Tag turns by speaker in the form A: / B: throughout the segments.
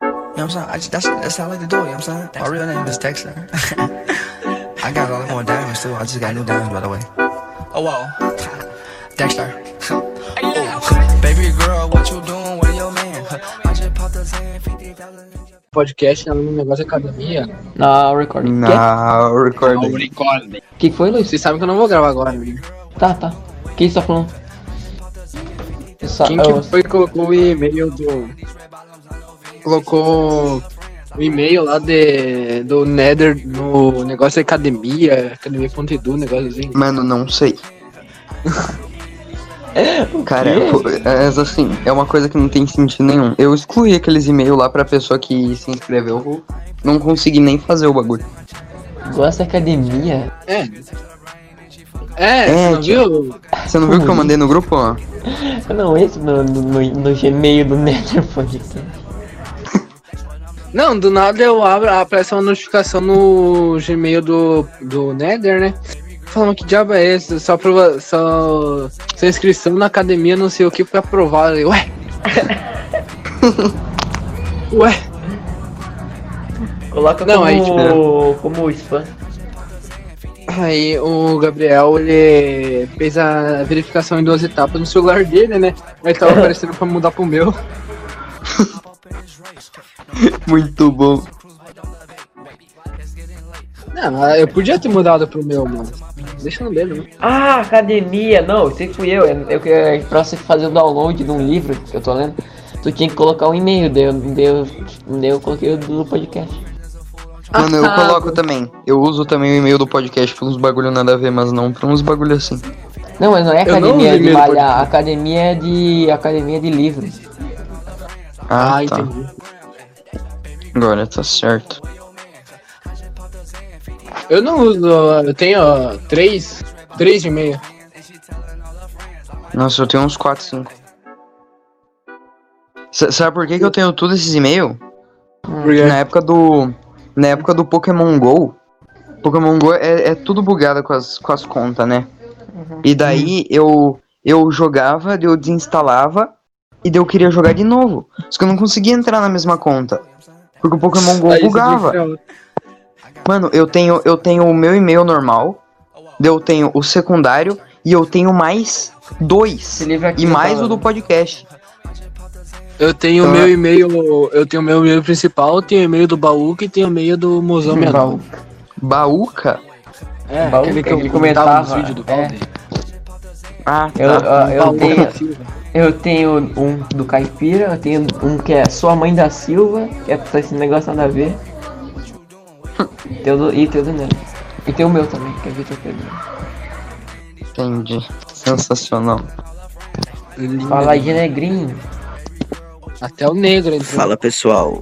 A: know what I'm saying? I just, that's, that's how I like to do it, you know what I'm saying? My real name is Dexter. I got a lot more diamonds too. I just got new diamonds, by the way. Oh, wow. Dexter. Ooh. Baby girl, what you doing with your man? I just popped a 10, 50,000.
B: podcast lá no Negócio Academia.
C: Na recording.
D: Na
B: Não,
D: recording.
B: Unicórnio.
C: O que foi, Luiz?
B: Vocês sabem que eu não vou gravar agora, amigo.
C: Tá, tá. Quem você tá falando? Eu sa-
B: Quem
C: eu-
B: que foi que colocou o e-mail do. Colocou o e-mail lá de, do Nether no negócio da academia, academia.edu, negócio assim.
D: Mano, não sei. Cara, eu- mas assim, é uma coisa que não tem sentido nenhum. Eu excluí aqueles e-mails lá pra pessoa que se inscreveu. Não consegui nem fazer o bagulho.
C: Gosta de academia?
B: É. É, você
D: É,
B: não viu?
D: Você não viu o que eu mandei no grupo? ó?
C: Não, esse no, no, no- no Gmail do Nether Podcast.
B: Não, do nada eu abro, aparece uma notificação no Gmail do, do Nether, né? Falando que diabo é esse? Só, prova, só, só inscrição na academia, não sei o que, foi aprovado. Eu, Ué? Ué?
C: Coloca
B: Não,
C: como,
B: aí, tipo, é.
C: como spam.
B: Aí o Gabriel, ele fez a verificação em duas etapas no celular dele, né? Aí tava aparecendo pra mudar pro meu.
D: Muito bom.
B: Não, eu podia ter mudado pro meu, mano. Deixa no dele, né?
C: Ah, academia! Não, sei que fui eu. É, Eu, eu, eu- Pra você fazer o download de um livro que eu tô lendo, tu tinha que colocar um e-mail. Daí eu, daí eu, daí eu coloquei o do podcast.
D: Mano, eu
B: Ah,
D: coloco também. Eu uso também o e-mail do podcast pra uns bagulho nada a ver, mas não pra uns bagulho assim.
C: Não, mas não é
B: Eu não
C: academia
B: usei
C: de
B: mesmo
C: malhar, academia é de. academia de livro.
D: Ah, tá.
B: entendi.
D: Agora tá certo.
B: Eu não uso, eu tenho ó, três, três de meia.
D: Nossa, eu tenho uns 4, 5. Sabe por que, que eu tenho todos esses e-mails?
B: Porque
D: Na época do. Na época do Pokémon GO. Pokémon GO é, é tudo bugado com as, com as contas, né?
C: Uhum.
D: E daí eu, eu jogava, eu desinstalava e daí eu queria jogar de novo. Só que eu não conseguia entrar na mesma conta. Porque o Pokémon GO
B: Aí você é
D: bugava.
B: bloqueou.
D: Mano, eu tenho, eu tenho o meu e-mail normal, daí eu tenho o secundário e eu tenho mais dois.
C: Esse livro aqui
D: E
C: não
D: mais
C: tá-
D: o do podcast.
B: Eu tenho o
D: Ah.
B: meu e-mail, eu tenho o meu e-mail principal, eu tenho o e-mail do baú e tenho o e-mail do Mozão Menor.
D: Baúca?
B: É,
C: Baú,
B: aquele que
C: ele
B: eu
C: comentava,
B: comentava nos vídeos do
C: é.
B: Valdir.
D: Ah,
C: Eu,
D: tá.
C: ah, eu,
B: Baú
C: tenho,
B: da Silva.
C: eu tenho um do Caipira, eu tenho um que é Sua Mãe da Silva, que é só esse negócio nada a ver. tem o do, e tem o do Nero. E tem o meu também, que é Vitor Pedro.
D: Entendi. Sensacional.
B: Linda.
C: Fala aí de negrinho.
B: Até o negro entrou.
E: Fala pessoal,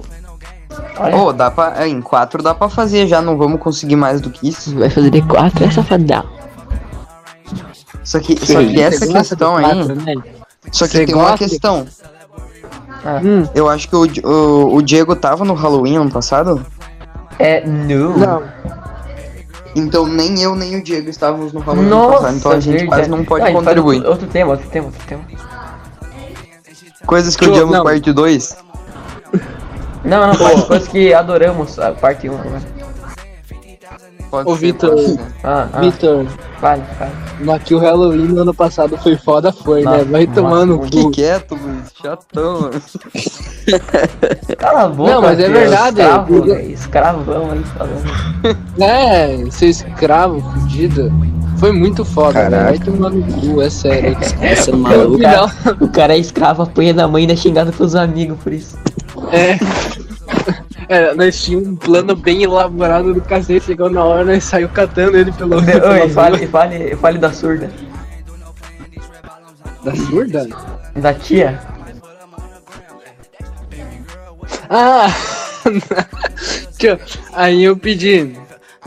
C: Olha,
D: Ô, dá pra. é, Em quatro dá pra fazer já, não vamos conseguir mais do que isso.
C: vai fazer de 4 é safadão.
D: Só que, só
B: é
C: Que
D: que essa
B: Você gosta do
D: questão aí.
B: quatro, né?
D: Só que
B: Você
D: tem uma
B: gosta?
D: questão.
B: Hum,
D: Eu acho que o, Di- o, o Diego tava no Halloween ano passado.
C: É nu.
B: não.
D: Então nem eu nem o Diego estávamos no Halloween ano
C: Nossa,
D: passado. Então a gente
C: verdade.
D: quase não pode
C: Ah, então
D: contribuir.
C: Outro tema, outro tema, outro tema.
D: Coisas que
B: Não,
D: odiamos
B: não.
D: parte 2.
C: Não, não, parte coisas que adoramos, a parte 1 agora.
D: Pode
B: Ô,
D: ser,
B: Vitor.
D: pode ser.
C: Ah, ah,
B: Vitor,
C: vale, vale.
B: mas que o Halloween no ano passado foi foda, foi,
C: Nossa,
B: né? Vai
C: nossa,
B: tomando o
C: muito
D: Que
B: cu.
D: quieto, Luiz. Chatão.
C: Cala a boca,
B: Não, mas é
C: seu
B: verdade,
C: Escravo,
B: eu-
C: velho, escravão aí falando.
B: É, ser escravo, fudido. Foi muito foda,
E: Caraca.
B: né? Vai tomando o cu, é sério.
E: essa
C: O
E: maluca.
C: cara, o cara é escravo, apanha da mãe e ainda é xingado pelos amigos por isso.
B: É. É, nós tínhamos um plano bem elaborado do cacete, chegou na hora, nós saiu catando ele pelo pela
C: Oi,
B: rua.
C: fale, fale, fale da surda.
B: Da surda?
C: Da tia.
B: Ah! Tio, Aí eu pedi,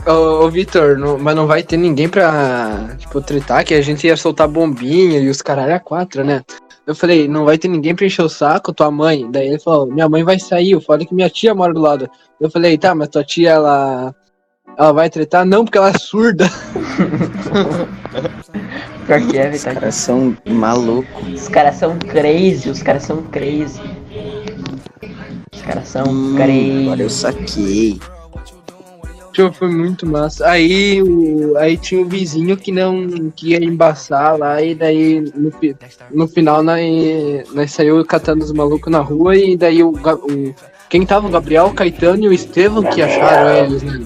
B: ô, ô Vitor, não- mas não vai ter ninguém pra, tipo, tretar, que a gente ia soltar bombinha e os caralho a quatro, né? Eu falei, não vai ter ninguém pra encher o saco, tua mãe. Daí ele falou, minha mãe vai sair, eu falei que minha tia mora do lado. Eu falei, tá, mas tua tia, ela. Ela vai tretar? Não, porque ela é surda.
C: Pior que
E: Os
C: é, verdade.
E: caras são malucos.
C: Os caras são crazy, os caras são crazy. Os caras
E: Hum,
C: são crentes.
D: Agora eu saquei.
B: Tio, foi muito massa. Aí, o, aí tinha o vizinho que não que ia embaçar lá, e daí no, fi- no final nós, nós saiu catando os malucos na rua, e daí o, Ga- o- Quem tava? O Gabriel, o Caetano e o Estevão que acharam eles. né?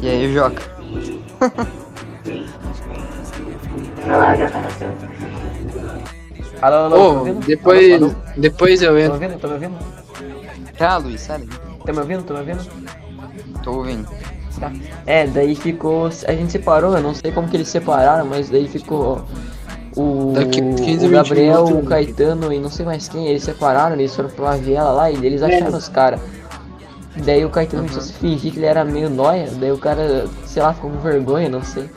D: E aí, Joca?
C: Alô, alô, tá me
B: Ô,
C: ouvindo?
B: depois, é.
C: Alô, alô,
B: depois eu
C: Tá me
B: entro.
C: ouvindo? Tá me ouvindo?
D: Tá, Luiz, sabe?
C: Tá me ouvindo? Tá me ouvindo?
D: Tô ouvindo.
C: Tá. É, daí ficou. A gente separou, eu não sei como que eles separaram, mas daí ficou. O,
B: Daqui 15,
C: o Gabriel,
B: 20 minutos.
C: o Caetano e não sei mais quem, eles separaram, eles foram pra uma viela lá e
B: É.
C: eles acharam os caras. Daí o
B: Uhum.
C: Caetano começou a se fingir que ele era meio nóia, daí o cara, sei lá, ficou com vergonha, não sei.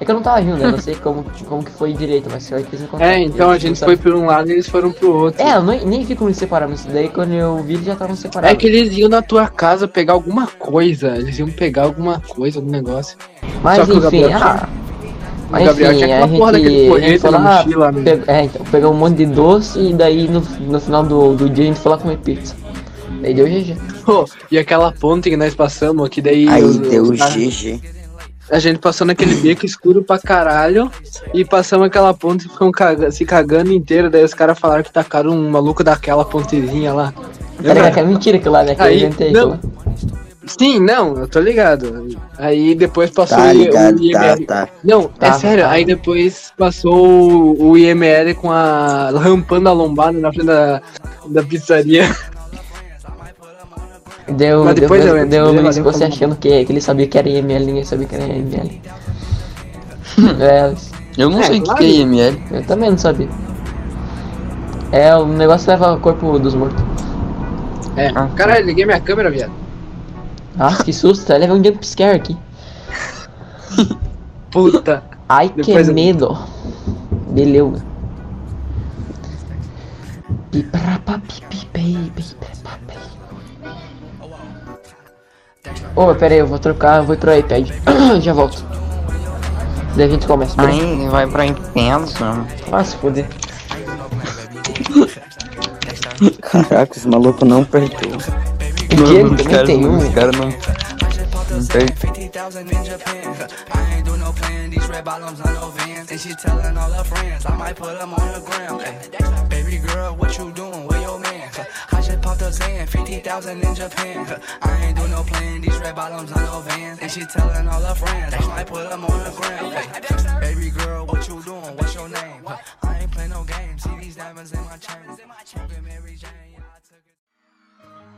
C: É que eu não tava rindo, né? Não sei como, como que foi direito, mas eu acho que eles
B: É,
C: encontraram.
B: então a
C: Eles
B: gente
C: não
B: foi por um lado e eles foram pro outro.
C: É, eu nem, nem vi como eles separaram, mas daí quando eu vi eles já estavam separados.
B: É que eles iam na tua casa pegar alguma coisa. Eles iam pegar alguma coisa, algum negócio.
C: mas
B: só que o
C: enfim,
B: Gabriel
C: ah,
B: o Gabriel
C: enfim,
B: tinha
C: é, a
B: aquela porra
C: gente-
B: daquele
C: a
B: porrete
C: gente ah, foi
B: na
C: lá,
B: mochila, né?
C: pegou- É, então, pegou um monte de doce e daí no, no final do, do dia a gente foi lá comer pizza. Daí deu GG.
B: Pô, e aquela ponte que nós passamos, que daí. os-
D: Aí
B: os
D: deu
B: caras-
D: GG.
B: A gente passou naquele beco escuro pra caralho e passamos aquela ponte e ficam caga- se cagando inteiro. Daí os caras falaram que tacaram um maluco daquela pontezinha lá.
C: Tá ligado que é mentira aquilo lá, né? Que eu
B: Aí,
C: inventei
B: não,
C: aquilo lá.
B: Sim, não, eu tô ligado. Aí depois passou
D: Tá
B: o I-
D: ligado,
B: o IML.
D: tá, tá.
B: Não, é
C: Tá,
B: sério,
C: tá.
B: aí depois passou o IML com a. rampando a lombada na frente da, da pizzaria.
C: Deu,
B: Mas
C: deu,
B: depois eu
C: deu,
B: entro,
C: deu o
B: beleza?
C: Luiz ficou se
B: Valeu,
C: achando que, que ele sabia que era IML, ninguém sabia que era IML. é,
D: Eu não
B: É,
D: sei o que
B: claro.
D: que é IML.
C: eu também não sabia. É, o negócio leva o corpo dos mortos.
B: É.
D: Ah.
B: Caralho, liguei minha câmera, viado. Ah?
C: Nossa, que susto, tá levando um jumpscare aqui.
B: Puta.
C: Ai,
B: Depois
C: que
B: eu-
C: medo. Beleza. Ô, oh, pera aí, eu vou trocar, eu vou ir pro iPad. Já volto. Daí a gente começa. peraí.
D: Aí vai pra intenso, mano.
C: Ah, se foder.
D: Caraca, os malucos não perdoam.
C: Dinheiro
D: Mano, os
C: também tem um.
D: Os caras não. Não perdoam.
A: 15,000 in Japan. I ain't do no plan. These red bottoms on no vans. And she telling all her friends. I might put them on the gram. Ay, Baby girl, what you doing? Where your man? I just popped a Zan. 50,000 in Japan. I ain't do no plan. These red bottoms on no vans. And she telling all her friends. I might put them on the gram. Ay, Baby girl, what you doing? What's your name? I ain't play no game. See these diamonds in my chain. Smoking Mary Jane. yeah, I took it.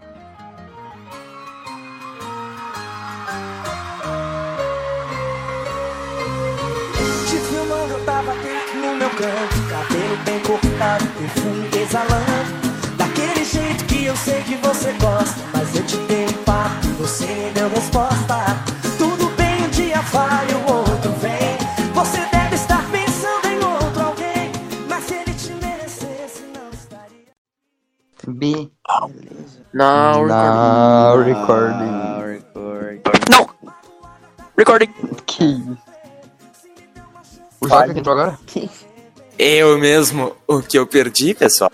F: Te filmando, tava dentro no meu canto Cabelo bem cortado, perfume exalando Daquele jeito que eu sei que você gosta Mas eu te dei um papo, você me deu resposta Tudo bem, um dia vai, o outro vem Você deve estar pensando em outro alguém Mas se ele te merecesse, não estaria
D: B.
G: Now
D: Now recording.
G: Não! Recording!
D: Que. O Joca que entrou agora?
G: Eu mesmo, o que eu perdi, pessoal?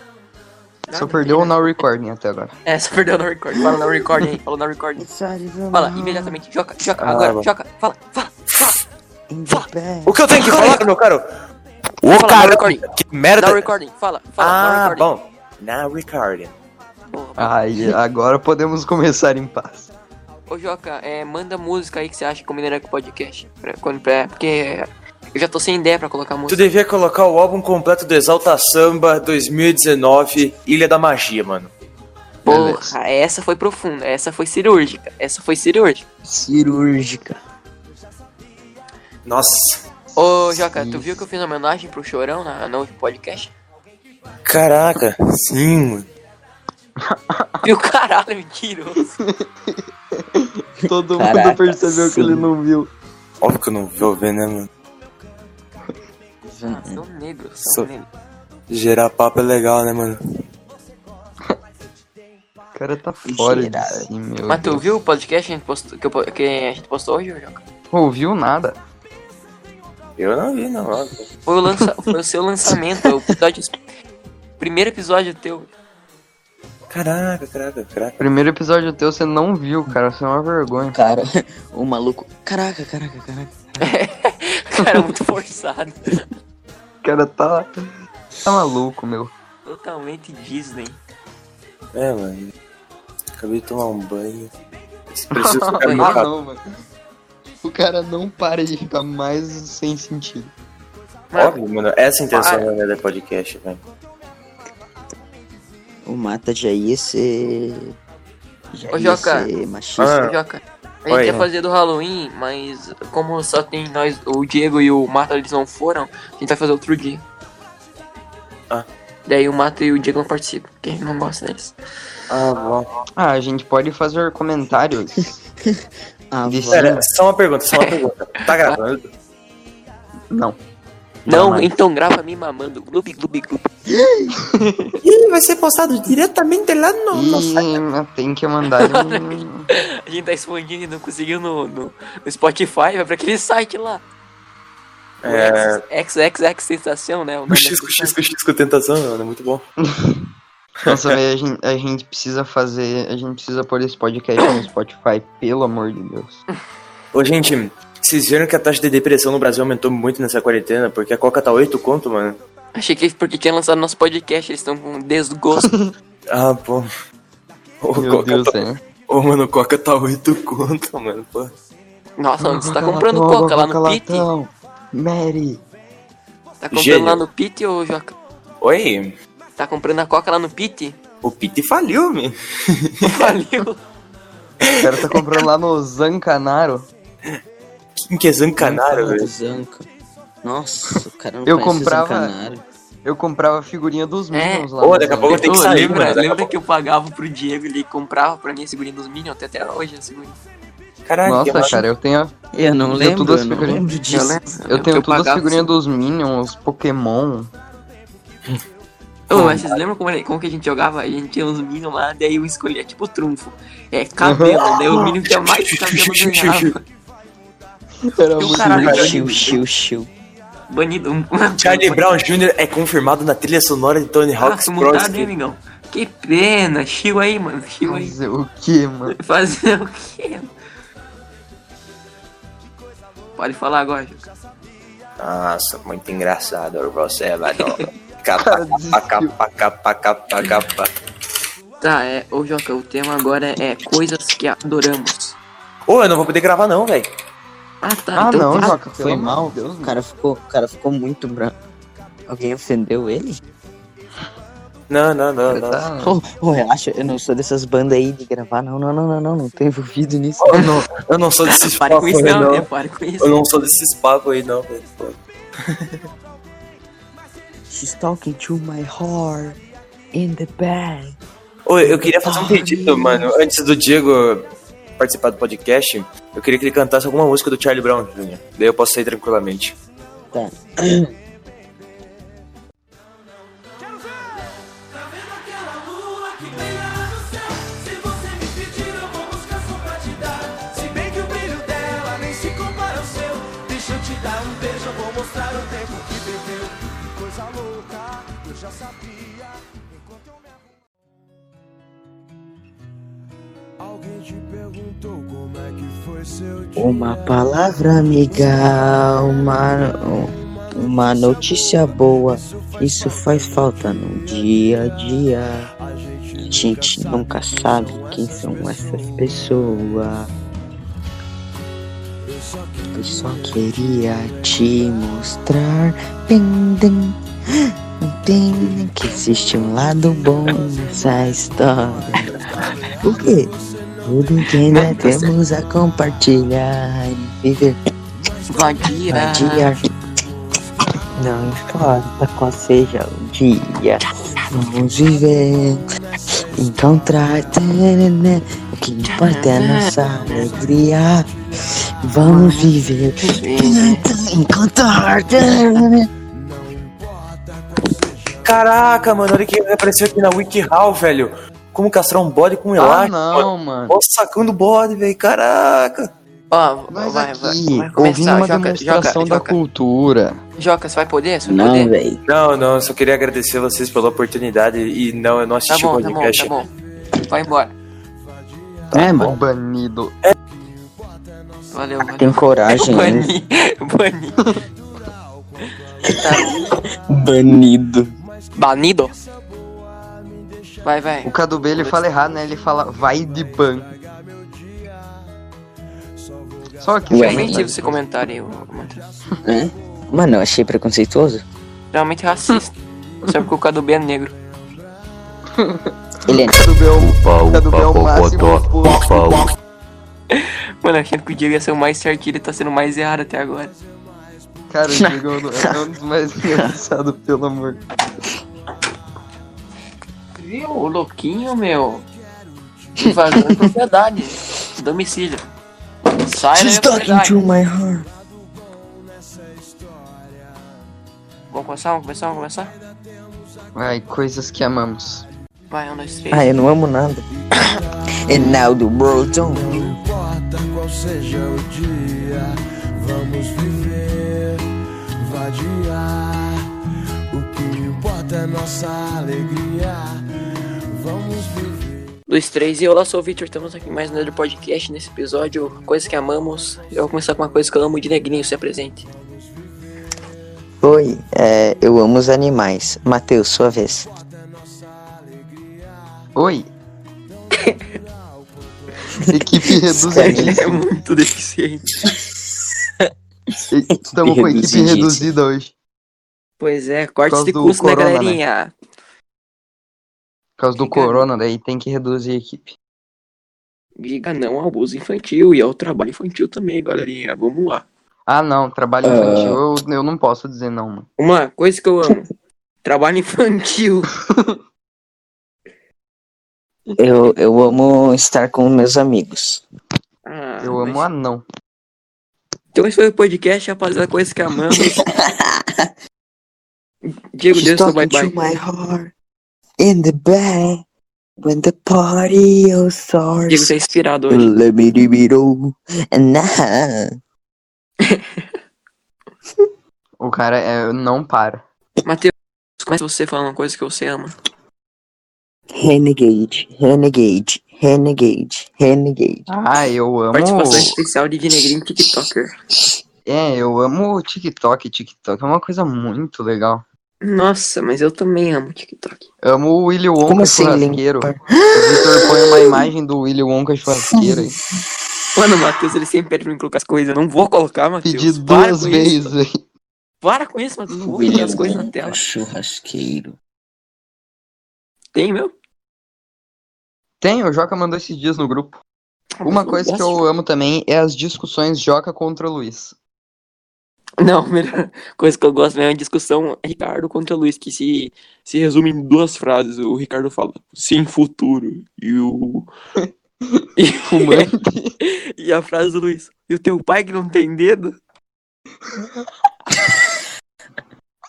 D: Só perdeu o now recording até agora.
G: É, você perdeu no recording. Fala no recording aí, fala no recording. Fala imediatamente, joga, joga,
D: Ah,
G: agora, joga, fala, fala, fala.
H: O que eu tenho que falar, meu caro? Ô,
G: Fala,
H: cara,
G: no recording.
H: que merda.
G: No recording, fala, fala,
H: Ah,
G: no recording.
H: bom. Na recording.
G: Porra.
D: Aí, agora podemos começar em paz.
G: Ô Joca, é, manda música aí que você acha que combinaria com o podcast. Pra, quando, pra, porque eu já tô sem ideia pra colocar
H: Tu
G: música.
H: devia colocar o álbum completo do Exalta Samba 2019, Ilha da Magia, mano.
G: Porra, essa foi profunda, essa foi cirúrgica, essa foi cirúrgica.
D: Cirúrgica.
H: Nossa.
G: Ô Joca, tu viu que eu fiz uma homenagem pro Chorão na, no podcast?
H: Caraca, sim, mano.
G: Viu, caralho, mentiroso.
D: Todo mundo
C: Caraca,
D: percebeu que ele não viu.
H: Óbvio que eu não vou ver, né, mano?
G: Ah, são negros, são
H: Sou-
G: negros.
H: Gerar papo é legal, né, mano?
D: O cara tá fora de si, meu.
G: Mas tu
D: Deus.
G: viu o podcast que a gente postou, que eu po- que a gente postou hoje, Joca?
D: Ouviu nada?
H: Eu não vi, não.
G: Foi o, lança, foi o seu lançamento, o episódio,
C: Primeiro episódio teu.
H: Caraca, caraca, caraca.
D: Primeiro episódio teu você não viu, cara. Você é uma vergonha.
I: Cara, o maluco. Caraca, caraca, caraca.
C: Cara, muito forçado.
D: O cara tá. Tá maluco, meu.
C: Totalmente Disney.
H: É, mano. Acabei de tomar um banho. Preciso ficar no
D: Ah,
H: cabelo.
D: não, mano. O cara não para de ficar mais sem sentido.
H: Óbvio, mano. Essa é a intenção da galera do podcast, velho.
I: O Mata já ia ser. Já
C: Ô,
I: ia
C: Joca.
I: ser machista.
H: Ah.
C: Joca, a gente
H: Oi.
C: ia fazer do Halloween, mas como só tem nós, o Diego e o Mata eles não foram, a gente vai fazer outro dia.
H: Ah.
C: Daí o Mata e o Diego não participam, porque a gente não gosta deles.
H: Ah, bom.
D: Ah, a gente pode fazer comentários.
I: Ah,
D: Disse-
I: vó.
H: Pera, só uma pergunta, só uma pergunta. Tá gravando?
D: Não.
C: Não,
D: mas-
C: então grava me mamando. Gloob, gloob, gloob.
H: Ih, vai ser postado diretamente lá no.
D: E tem que mandar um...
C: A gente tá expandindo e não conseguiu no, no, no Spotify, vai pra aquele site lá.
H: É.
C: XXX Sensação, né? O
H: O
C: nome
H: X,
C: da
H: o
C: sensação.
H: X, o X com tentação, mano. É muito bom.
D: Nossa, velho, a gente, a gente precisa fazer. A gente precisa pôr esse podcast no Spotify, pelo amor de Deus.
H: Ô, gente, vocês viram que a taxa de depressão no Brasil aumentou muito nessa quarentena? Porque a Coca tá 8 conto, mano.
C: Achei que porque tinha lançado nosso podcast, eles estão com desgosto.
H: Ah, pô. Ô,
D: Meu Deus, é.
H: tá...
D: velho.
H: Ô, mano, Coca tá 8 conto, mano. Pô.
C: Nossa, mano, você tá comprando coca lá no Pit?
D: Latão, Mary.
C: Tá comprando
H: Gênio.
C: lá no Pit, ô Joca?
H: Oi,
C: Tá comprando a coca lá no Pit?
H: o Pete faliu, meu.
C: Valeu.
D: O cara tá comprando lá no Zancanaro.
H: Quem que é Zancanaro,
I: Fala do
H: velho?
I: Zanca. Nossa, o cara não
D: Eu
I: conhece o
D: comprava-
I: Zancanaro.
D: Eu comprava a figurinha dos Minions lá.
H: Ô,
D: no
H: daqui a
D: Zan-
H: pouco tem que
C: Ô,
H: sair,
C: lembra,
H: mano.
C: Lembra que eu pagava pro Diego, ele comprava pra mim a segurinha dos Minions, até até hoje a segurinha.
H: Caralho, que
D: Nossa,
H: macho.
D: cara, eu tenho, a-
I: Eu não
D: Eu
I: lembro,
D: tudo
I: eu não
D: figurinha.
I: lembro disso.
D: eu tenho todas as
C: pagava- assim.
D: figurinhas dos Minions, os Pokémon.
C: Ô, mas vocês lembram como, era- como que a gente jogava? A gente tinha uns Minions lá, daí eu escolhia tipo trunfo. É, cabelo, daí o Minion que tinha mais cabelo ganhava.
D: Era
C: E o
D: muito
C: caralho,
D: legal.
I: Chiu, chiu, chiu.
C: Banido. um-
H: Charlie Brown Jr. é confirmado na trilha sonora de Tony Hawk's
C: Nossa, mudado, hein,
H: Pro
C: amigão? Que pena, chiu aí, mano, chiu aí.
D: Fazer o que, mano?
C: Fazer o quê? Pode falar agora, Juca.
H: Nossa, muito engraçado você, mano.
D: Cara,
H: Capa,
D: desistiu.
H: capa, capa, capa, capa.
C: Tá, é, ô Joca, o tema agora é coisas que adoramos.
H: Ô, eu não vou poder gravar não, velho.
C: Ah, tá.
D: Ah,
C: então
D: não,
C: tá.
D: Joca, foi
I: Pelo
D: mal.
I: amor de Deus, o cara ficou, o cara ficou muito bravo. Alguém ofendeu ele?
H: Não, não, não,
D: Você
H: não.
D: tá-
I: Pô, pô, relaxa, eu não sou dessas bandas aí de gravar, não, não, não, não, não, não tô envolvido nisso.
H: Eu não, eu não sou desses
C: Pare com
H: papos
C: isso,
H: aí,
C: não, né?
H: não.
C: Pare com
H: Eu
C: isso.
H: não sou desses papos aí, não, velho. Pô.
I: She's talking to my heart in the bag.
H: Ô, eu queria fazer um pedido, mano. Antes do Diego participar do podcast, eu queria que ele cantasse alguma música do Charlie Brown Jr. Daí eu posso sair tranquilamente.
I: Tá. Uma palavra amiga, uma, uma notícia boa, isso faz falta no dia a dia. A gente nunca sabe quem são essas pessoas. Eu só queria te mostrar din, din, din, que existe um lado bom nessa história. Por quê? Tudo que nós temos a compartilhar e viver
C: Vadia.
I: dia. Ah. Não importa qual seja o dia, vamos viver, encontrar. tanana, O que importa é a nossa alegria. Vamos viver, encontrar. tanana.
H: Caraca, mano, olha que apareceu aqui na WikiHow, velho. Como castrar um bode com um
D: Ah,
H: elástico. mano.
D: não, mano.
H: Ó, sacando o bode, velho. Caraca.
C: Ó,
D: Nós
C: vai, vai,
D: aqui,
C: vai
D: ouvindo
C: começar,
D: uma
C: Joca, Joca,
D: demonstração da
C: Joca.
D: cultura.
C: Joca, você vai poder? Você vai
I: Não,
C: poder?
I: velho.
H: Não, não, eu só queria agradecer a vocês pela oportunidade e não, eu
C: Tá
H: não assisti o
C: bom, tá bom,
H: podcast.
C: tá bom. Vai embora.
I: É, mano.
D: Banido.
C: Valeu, valeu.
I: Tem coragem. né?
C: Bani. Bani.
I: Banido.
C: Tá. Banido? Vai, vai.
D: O Cadu B, ele fala errado, né? Ele fala vai de ban. Só que
I: Ué,
C: É
I: mas-
C: inventivo esse comentário aí, ô, Matheus.
I: Hã? Mano, eu achei preconceituoso.
C: Realmente é racista. Sabe que o Cadu B é negro.
I: Ele é.
D: Cadu B é o, Cadu B é o máximo oposto.
C: Mano, achando que o Diego ia ser o mais certo, ele tá sendo o mais errado até agora.
D: Cara, o Diego é um- é um dos mais engraçados, pelo amor.
C: Viu? O louquinho, meu. Invasão de propriedade. Domicílio. Sai da minha propriedade.
I: my heart.
C: Vamos começar, vamos começar, vamos começar?
D: Ai, coisas que amamos.
C: Vai, um, dois, três.
I: Ah, eu não amo nada. Enaldo Broton.
A: importa qual seja o dia, vamos viver, vadiar. O que importa é nossa alegria, vamos viver.
C: Dois, três, e olá, sou o Victor, estamos aqui em mais um Nether Podcast nesse episódio, coisas que amamos. Eu vou começar com uma coisa que eu amo de negrinho, se apresente.
I: Oi, é, eu amo os animais. Matheus, sua vez.
D: Oi. Equipe
C: É
D: reduzidíssima.
C: muito deficiente.
D: Estamos com equipe
I: reduzidíssima.
D: reduzida hoje.
C: Pois é, cortes
D: Por causa
C: de
D: do
C: custo, né,
D: corona, né?
C: galerinha?
D: Por causa do
C: Fica-
D: corona, daí tem que reduzir a equipe.
C: Diga não ao abuso infantil e ao trabalho infantil também, galerinha. Vamos lá.
D: Ah, não, trabalho
I: Ah.
D: infantil eu, eu não posso dizer não, mano.
C: Uma coisa que eu amo: trabalho infantil.
I: Eu, eu amo estar com meus amigos.
C: Ah,
D: Eu amo
C: mas-
D: anão.
C: Então esse foi o podcast, rapaziada, coisas que amamos. Diego, Deus, seu
I: Talking
C: bye
I: to
C: bye.
I: my heart. In the back. When the party
C: Diego,
I: all starts.
C: tá inspirado hoje.
I: Let me do it all. Nah.
D: O cara é, não para.
C: Matheus, começa você falando uma coisa que você ama.
I: Renegade, renegade, renegade, renegade.
D: Ah, eu amo.
C: Participação especial de Dinegrinho TikToker.
D: É, eu amo o TikTok. TikTok é uma coisa muito legal.
C: Nossa, mas eu também amo TikTok.
D: Amo o Willy Wonka
I: Como assim,
D: churrasqueiro. O Victor põe uma imagem do Willy Wonka churrasqueiro aí.
C: Mano, o Matheus, ele sempre pede pra mim colocar as coisas. Eu não vou colocar, Matheus.
D: Pedi
C: Para
D: duas
C: com isso.
D: vezes aí.
C: Para com isso, Matheus. Não vou colocar as coisas na tela.
I: Churrasqueiro.
C: Tem, meu?
D: Tem, o Joca mandou esses dias no grupo.
C: Tá
D: Uma coisa que
C: Nossa.
D: eu amo também é as discussões Joca contra o Luiz.
C: Não, a melhor coisa que eu gosto mesmo é a discussão Ricardo contra Luiz, que se, se resume em duas frases. O Ricardo fala, sim, futuro. E o.
D: Fumante.
C: e a frase do Luiz, e o teu pai que não tem dedo?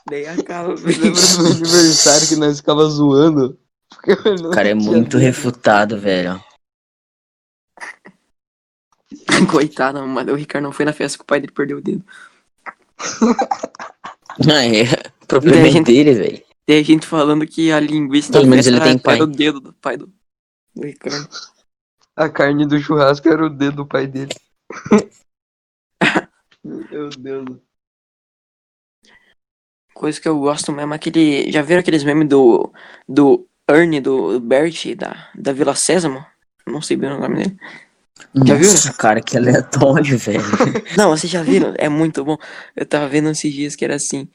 C: Daí acaba.
D: Lembra do meu aniversário que nós ficava zoando? Porque eu não
I: O cara é
D: tinha-
I: muito refutado, velho.
C: Coitado, mas o Ricardo não foi na festa que o pai dele perdeu o dedo.
I: Ah, é. O problema
C: Daí a
I: é
C: gente-
I: dele, velho.
C: Tem gente falando que a linguiça
I: Pelo
C: da
I: menos
C: festa
I: ele tem
C: era-
I: pai.
C: era o dedo do pai do, do Ricardo.
D: A carne do churrasco era o dedo do pai dele. Meu Deus.
C: Coisa que eu gosto mesmo é aquele. Já viram aqueles memes do. do Ernie, do Bert, da, da Vila Sésamo? Não sei bem o nome dele. Já viu?
I: Nossa, cara, que aleatório, velho.
C: Não, vocês já viram? É muito bom. Eu tava vendo esses dias que era assim.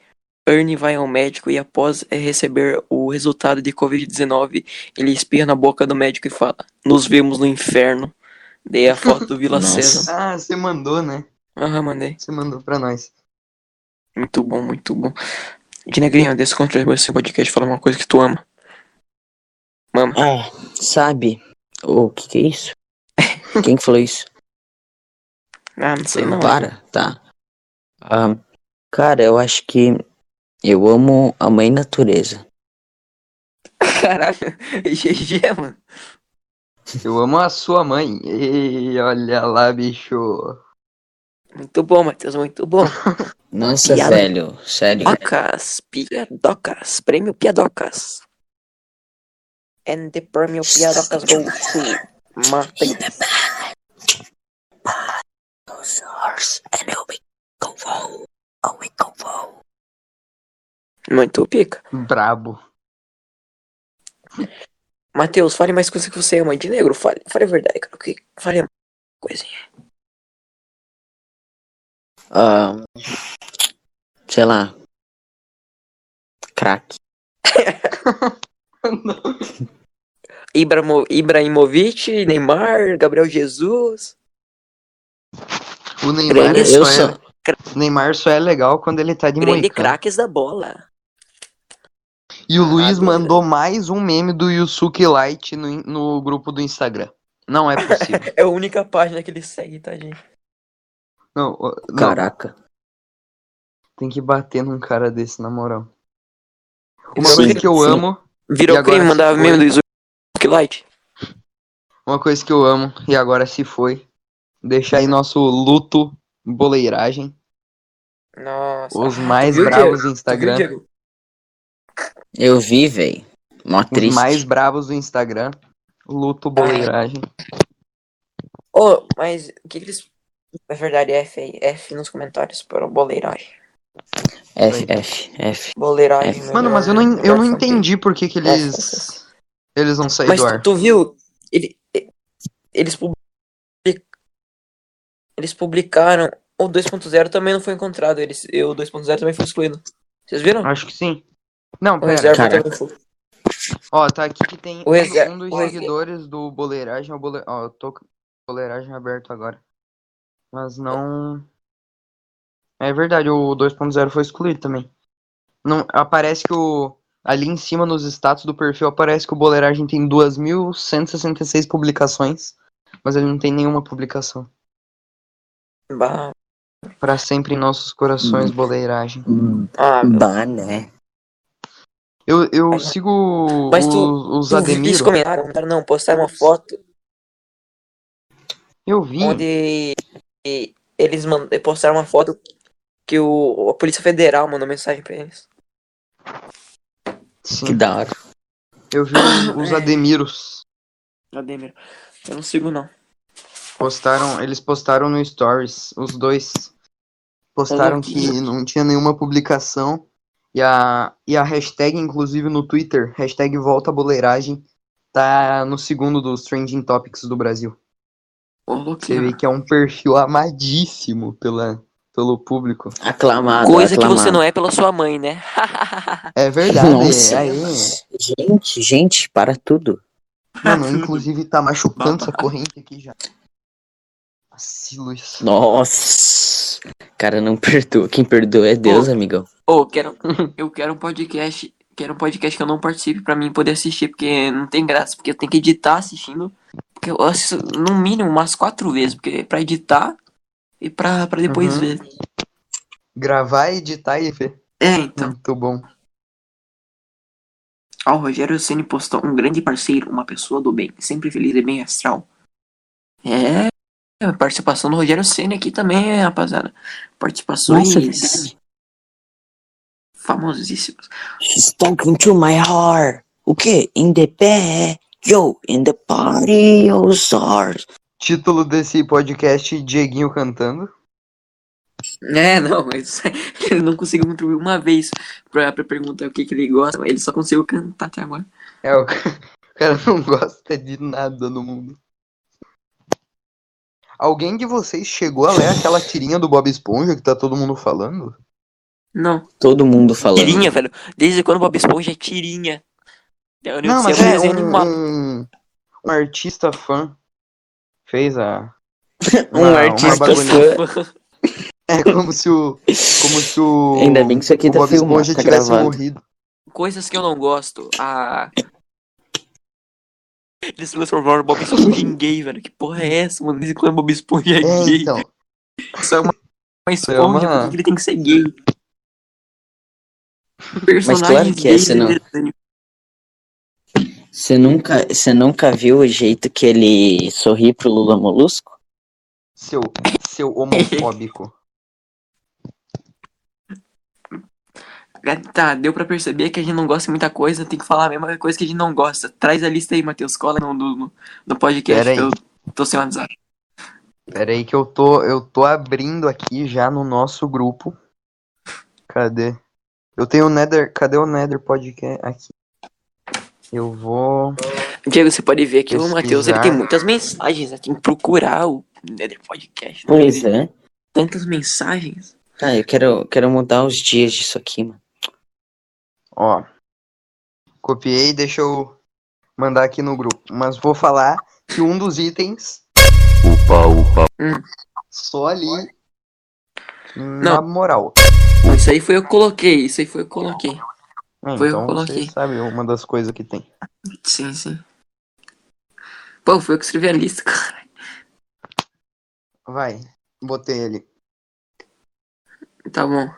C: Ernie vai ao médico e após eh, receber o resultado de Covid-19, ele espirra na boca do médico e fala, nos vemos no inferno. Dei a foto do Vila
I: Nossa.
C: Sésamo.
D: Ah, você mandou, né?
C: Aham, mandei.
D: Você mandou pra nós.
C: Muito bom, muito bom. De negrinho, desse controle esse podcast falar uma coisa que tu ama. Mama.
I: Ah,
C: É.
I: sabe? O que que é isso? Quem que falou isso?
C: Ah, não sei não.
I: Para, tá. Ah, cara, eu acho que eu amo a mãe natureza.
C: Caralho, GG, mano.
D: Eu amo a sua mãe. E olha lá, bicho.
C: Muito bom, Matheus, muito bom.
I: Nossa,
C: Piada.
I: velho, sério.
C: Piadocas, piadocas, prêmio piadocas. And the prêmio piadocas goes to Matheus. Muito pica.
D: Brabo.
C: Matheus, fale mais coisa que você ama de negro. Fale, fale a verdade, cara. Que, fale uma coisinha.
I: Ah, sei lá. Crack.
C: Ibramo, Ibrahimovic, Neymar, Gabriel Jesus.
D: O Neymar,
C: Grande-
I: Eu
D: só é,
I: sou.
D: o Neymar só é legal quando ele tá de
C: Grande
D: moicano.
C: craques da bola.
D: E o Luiz
C: Agora.
D: mandou mais um meme do Yusuke Light no, in- no grupo do Instagram. Não é possível.
C: É a única página que ele segue, tá, gente?
D: não, ó, não,
I: Caraca.
D: tem que bater num cara desse, na moral. Uma
C: Sim,
D: coisa que eu
I: sim.
D: amo, E
C: Virou
D: agora
C: crime,
D: se
C: mandava
D: foi.
C: mesmo do Isu- que Light.
D: uma coisa que eu amo, e agora se foi. Deixar aí nosso luto, boleiragem.
C: Nossa.
D: Os mais
C: viu, Tu
D: bravos do
C: viu, é
D: Instagram.
C: Diego?
I: Eu vi, velho. Mó
D: Os
I: triste.
D: mais bravos do Instagram. Luto, boleiragem.
C: Ô, mas o que, que eles. Na verdade, é, F aí. F nos comentários para boleiragem.
I: F, F, F.
C: Boleiragem.
D: É, Mano,
C: melhor-
D: mas eu não, en- eu
C: melhor
D: não
C: fanpage.
D: entendi por que, que eles. Eles não saíram
C: Mas
D: do
C: tu,
D: ar.
C: tu viu? Ele, e- eles public- Eles publicaram. O 2.0 também não foi encontrado. Eles, e o 2.0 também foi excluído. Vocês viram?
D: Acho que sim. Não,
C: O
D: Ah, pera.
C: reserva
I: caraca.
C: também foi.
D: Ó, tá aqui que tem
C: O reser-
D: um dos
C: o reser-
D: seguidores do Boleiragem. é O bole... Ó, eu tô com o Boleiragem aberto agora. Mas não. É verdade, o 2.0 foi excluído também. Não... Aparece que o. Ali em cima nos status do perfil aparece que o Boleiragem tem 2.166 publicações. Mas ele não tem nenhuma publicação.
C: Bah.
D: Pra sempre em nossos
C: Hum.
D: corações, Boleiragem.
J: Hum,
C: Ah, meu.
I: Bah, né?
D: Eu, eu
C: Mas-
D: sigo
C: mas
D: o-
C: tu-
D: os
C: Tu viu que Eles
D: Ademiro.
C: comentaram, comentaram, não, postaram uma foto
D: Eu vi.
C: onde e eles man- postaram uma foto que o, a Polícia Federal mandou mensagem pra eles.
D: Sim.
I: Que da hora.
D: Eu vi os,
C: É.
D: os Ademiros.
C: Ademir. Eu não sigo, não.
D: Postaram, eles postaram no Stories, os dois. Postaram
C: não
D: que
C: vi.
D: não tinha nenhuma publicação. E a, e a hashtag, inclusive no Twitter, hashtag Volta Boleiragem, tá no segundo dos Trending Topics do Brasil. Você vê que é um perfil amadíssimo pela, pelo público.
I: Aclamado.
C: Coisa que
I: aclamado.
C: você não é pela sua mãe, né?
D: É verdade.
I: Nossa.
D: Aí, é.
I: Gente, gente, para tudo.
D: mano, inclusive tá machucando essa corrente aqui já. Nossa, Luiz.
I: Nossa. Cara, não perdoa. Quem perdoa é Deus, amigão.
C: Ô, quero, eu quero um podcast. Quero um podcast que eu não participe pra mim poder assistir, porque não tem graça, porque eu tenho que editar assistindo. Porque eu assisto no mínimo umas quatro vezes, porque pra editar e pra, pra depois
D: Uhum.
C: ver.
D: Gravar, editar e ver.
C: É, então.
D: Muito bom.
C: Ao Rogério Ceni postou um grande parceiro, uma pessoa do bem, sempre feliz e bem astral. É, a participação do Rogério Ceni aqui também, rapaziada. Participações
I: Nossa, é verdade.
C: famosíssimas.
J: She's talking to my heart. O quê? In the bed. Yo, in the party, oh, stars.
D: Título desse podcast, Dieguinho cantando.
C: É, não, mas ele não conseguiu contribuir uma vez pra, pra perguntar o que, que ele gosta, mas ele só conseguiu cantar até agora.
D: É, o ca- o cara não gosta de nada no mundo. Alguém de vocês chegou a ler aquela tirinha do Bob Esponja que tá todo mundo falando?
C: Não.
I: Todo mundo falando.
C: Tirinha, velho. Desde quando o Bob Esponja é tirinha. Eu
D: não, mas
C: sei, um
D: é
C: desenho
D: um,
C: animado.
D: um- um artista fã fez a...
I: Um
D: é uma- uma
I: artista
D: bagunça.
I: fã.
D: É como se o... Como se o...
I: Ainda bem que isso aqui
D: o
I: tá
D: Bob
I: filmado,
D: Esponja
I: tá
D: tivesse
I: gravado.
D: morrido.
C: Coisas que eu não gosto. Ah. Eles transformaram o Bob Esponja em gay, velho. Que porra é essa, mano? Desde quando o Bob Esponja é,
D: É,
C: gay?
D: então.
C: Isso é uma, uma esponja,
D: uma-
C: por que que ele tem que ser gay?
I: Mas claro que é,
C: gays
I: senão-
C: de desenho.
D: um
I: Você nunca, você nunca viu o jeito que ele sorri pro Lula Molusco?
D: Seu seu homofóbico.
C: Tá, deu pra perceber que a gente não gosta de muita coisa, tem que falar a mesma coisa que a gente não gosta. Traz a lista aí, Matheus, cola no, no, no podcast,
D: Pera aí.
C: eu tô sem WhatsApp.
D: Pera aí que eu tô, eu tô abrindo aqui já no nosso grupo. Cadê? Eu tenho o Nether, cadê o Nether Podcast aqui? Eu vou
C: Diego, você pode ver que o
D: Pesquisar.
C: Matheus ele tem muitas mensagens, né? tem que procurar o Nether Podcast. né?
I: Pois é.
C: Tantas mensagens.
I: Ah, eu quero, quero mudar os dias disso aqui, mano.
D: Ó. Copiei, deixa eu mandar aqui no grupo. Mas vou falar que um dos itens. Upa,
C: Hum.
D: upa. Só ali. Na
C: Não.
D: moral.
C: Não, Isso aí foi eu que coloquei, isso aí foi eu que coloquei.
D: É,
C: Foi eu
D: então
C: que
D: você
C: coloquei.
D: sabe uma das coisas que tem.
C: Sim, sim. Pô, foi eu que escrevi a lista, cara.
D: Vai, botei ele.
C: Tá bom.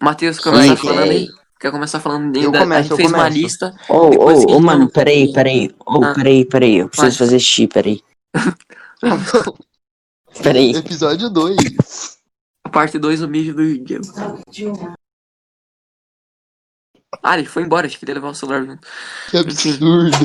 C: Matheus, quer
I: Vai,
C: começar
I: que-
C: falando aí? Quer começar falando
D: Eu
C: ainda? a
D: começo,
C: gente
D: eu
C: fez uma
D: começo.
C: lista.
I: Ô, ô,
C: Depois que
I: ô,
C: não-
I: Oh, mano, peraí, peraí. Ô,
C: Ah.
I: peraí, peraí. Eu
C: Vai.
I: preciso fazer xixi, peraí. Peraí.
D: Episódio 2.
C: A parte 2 do vídeo do Diego. Ah, ele foi embora, acho que ele ia levar o celular junto.
D: Que absurdo.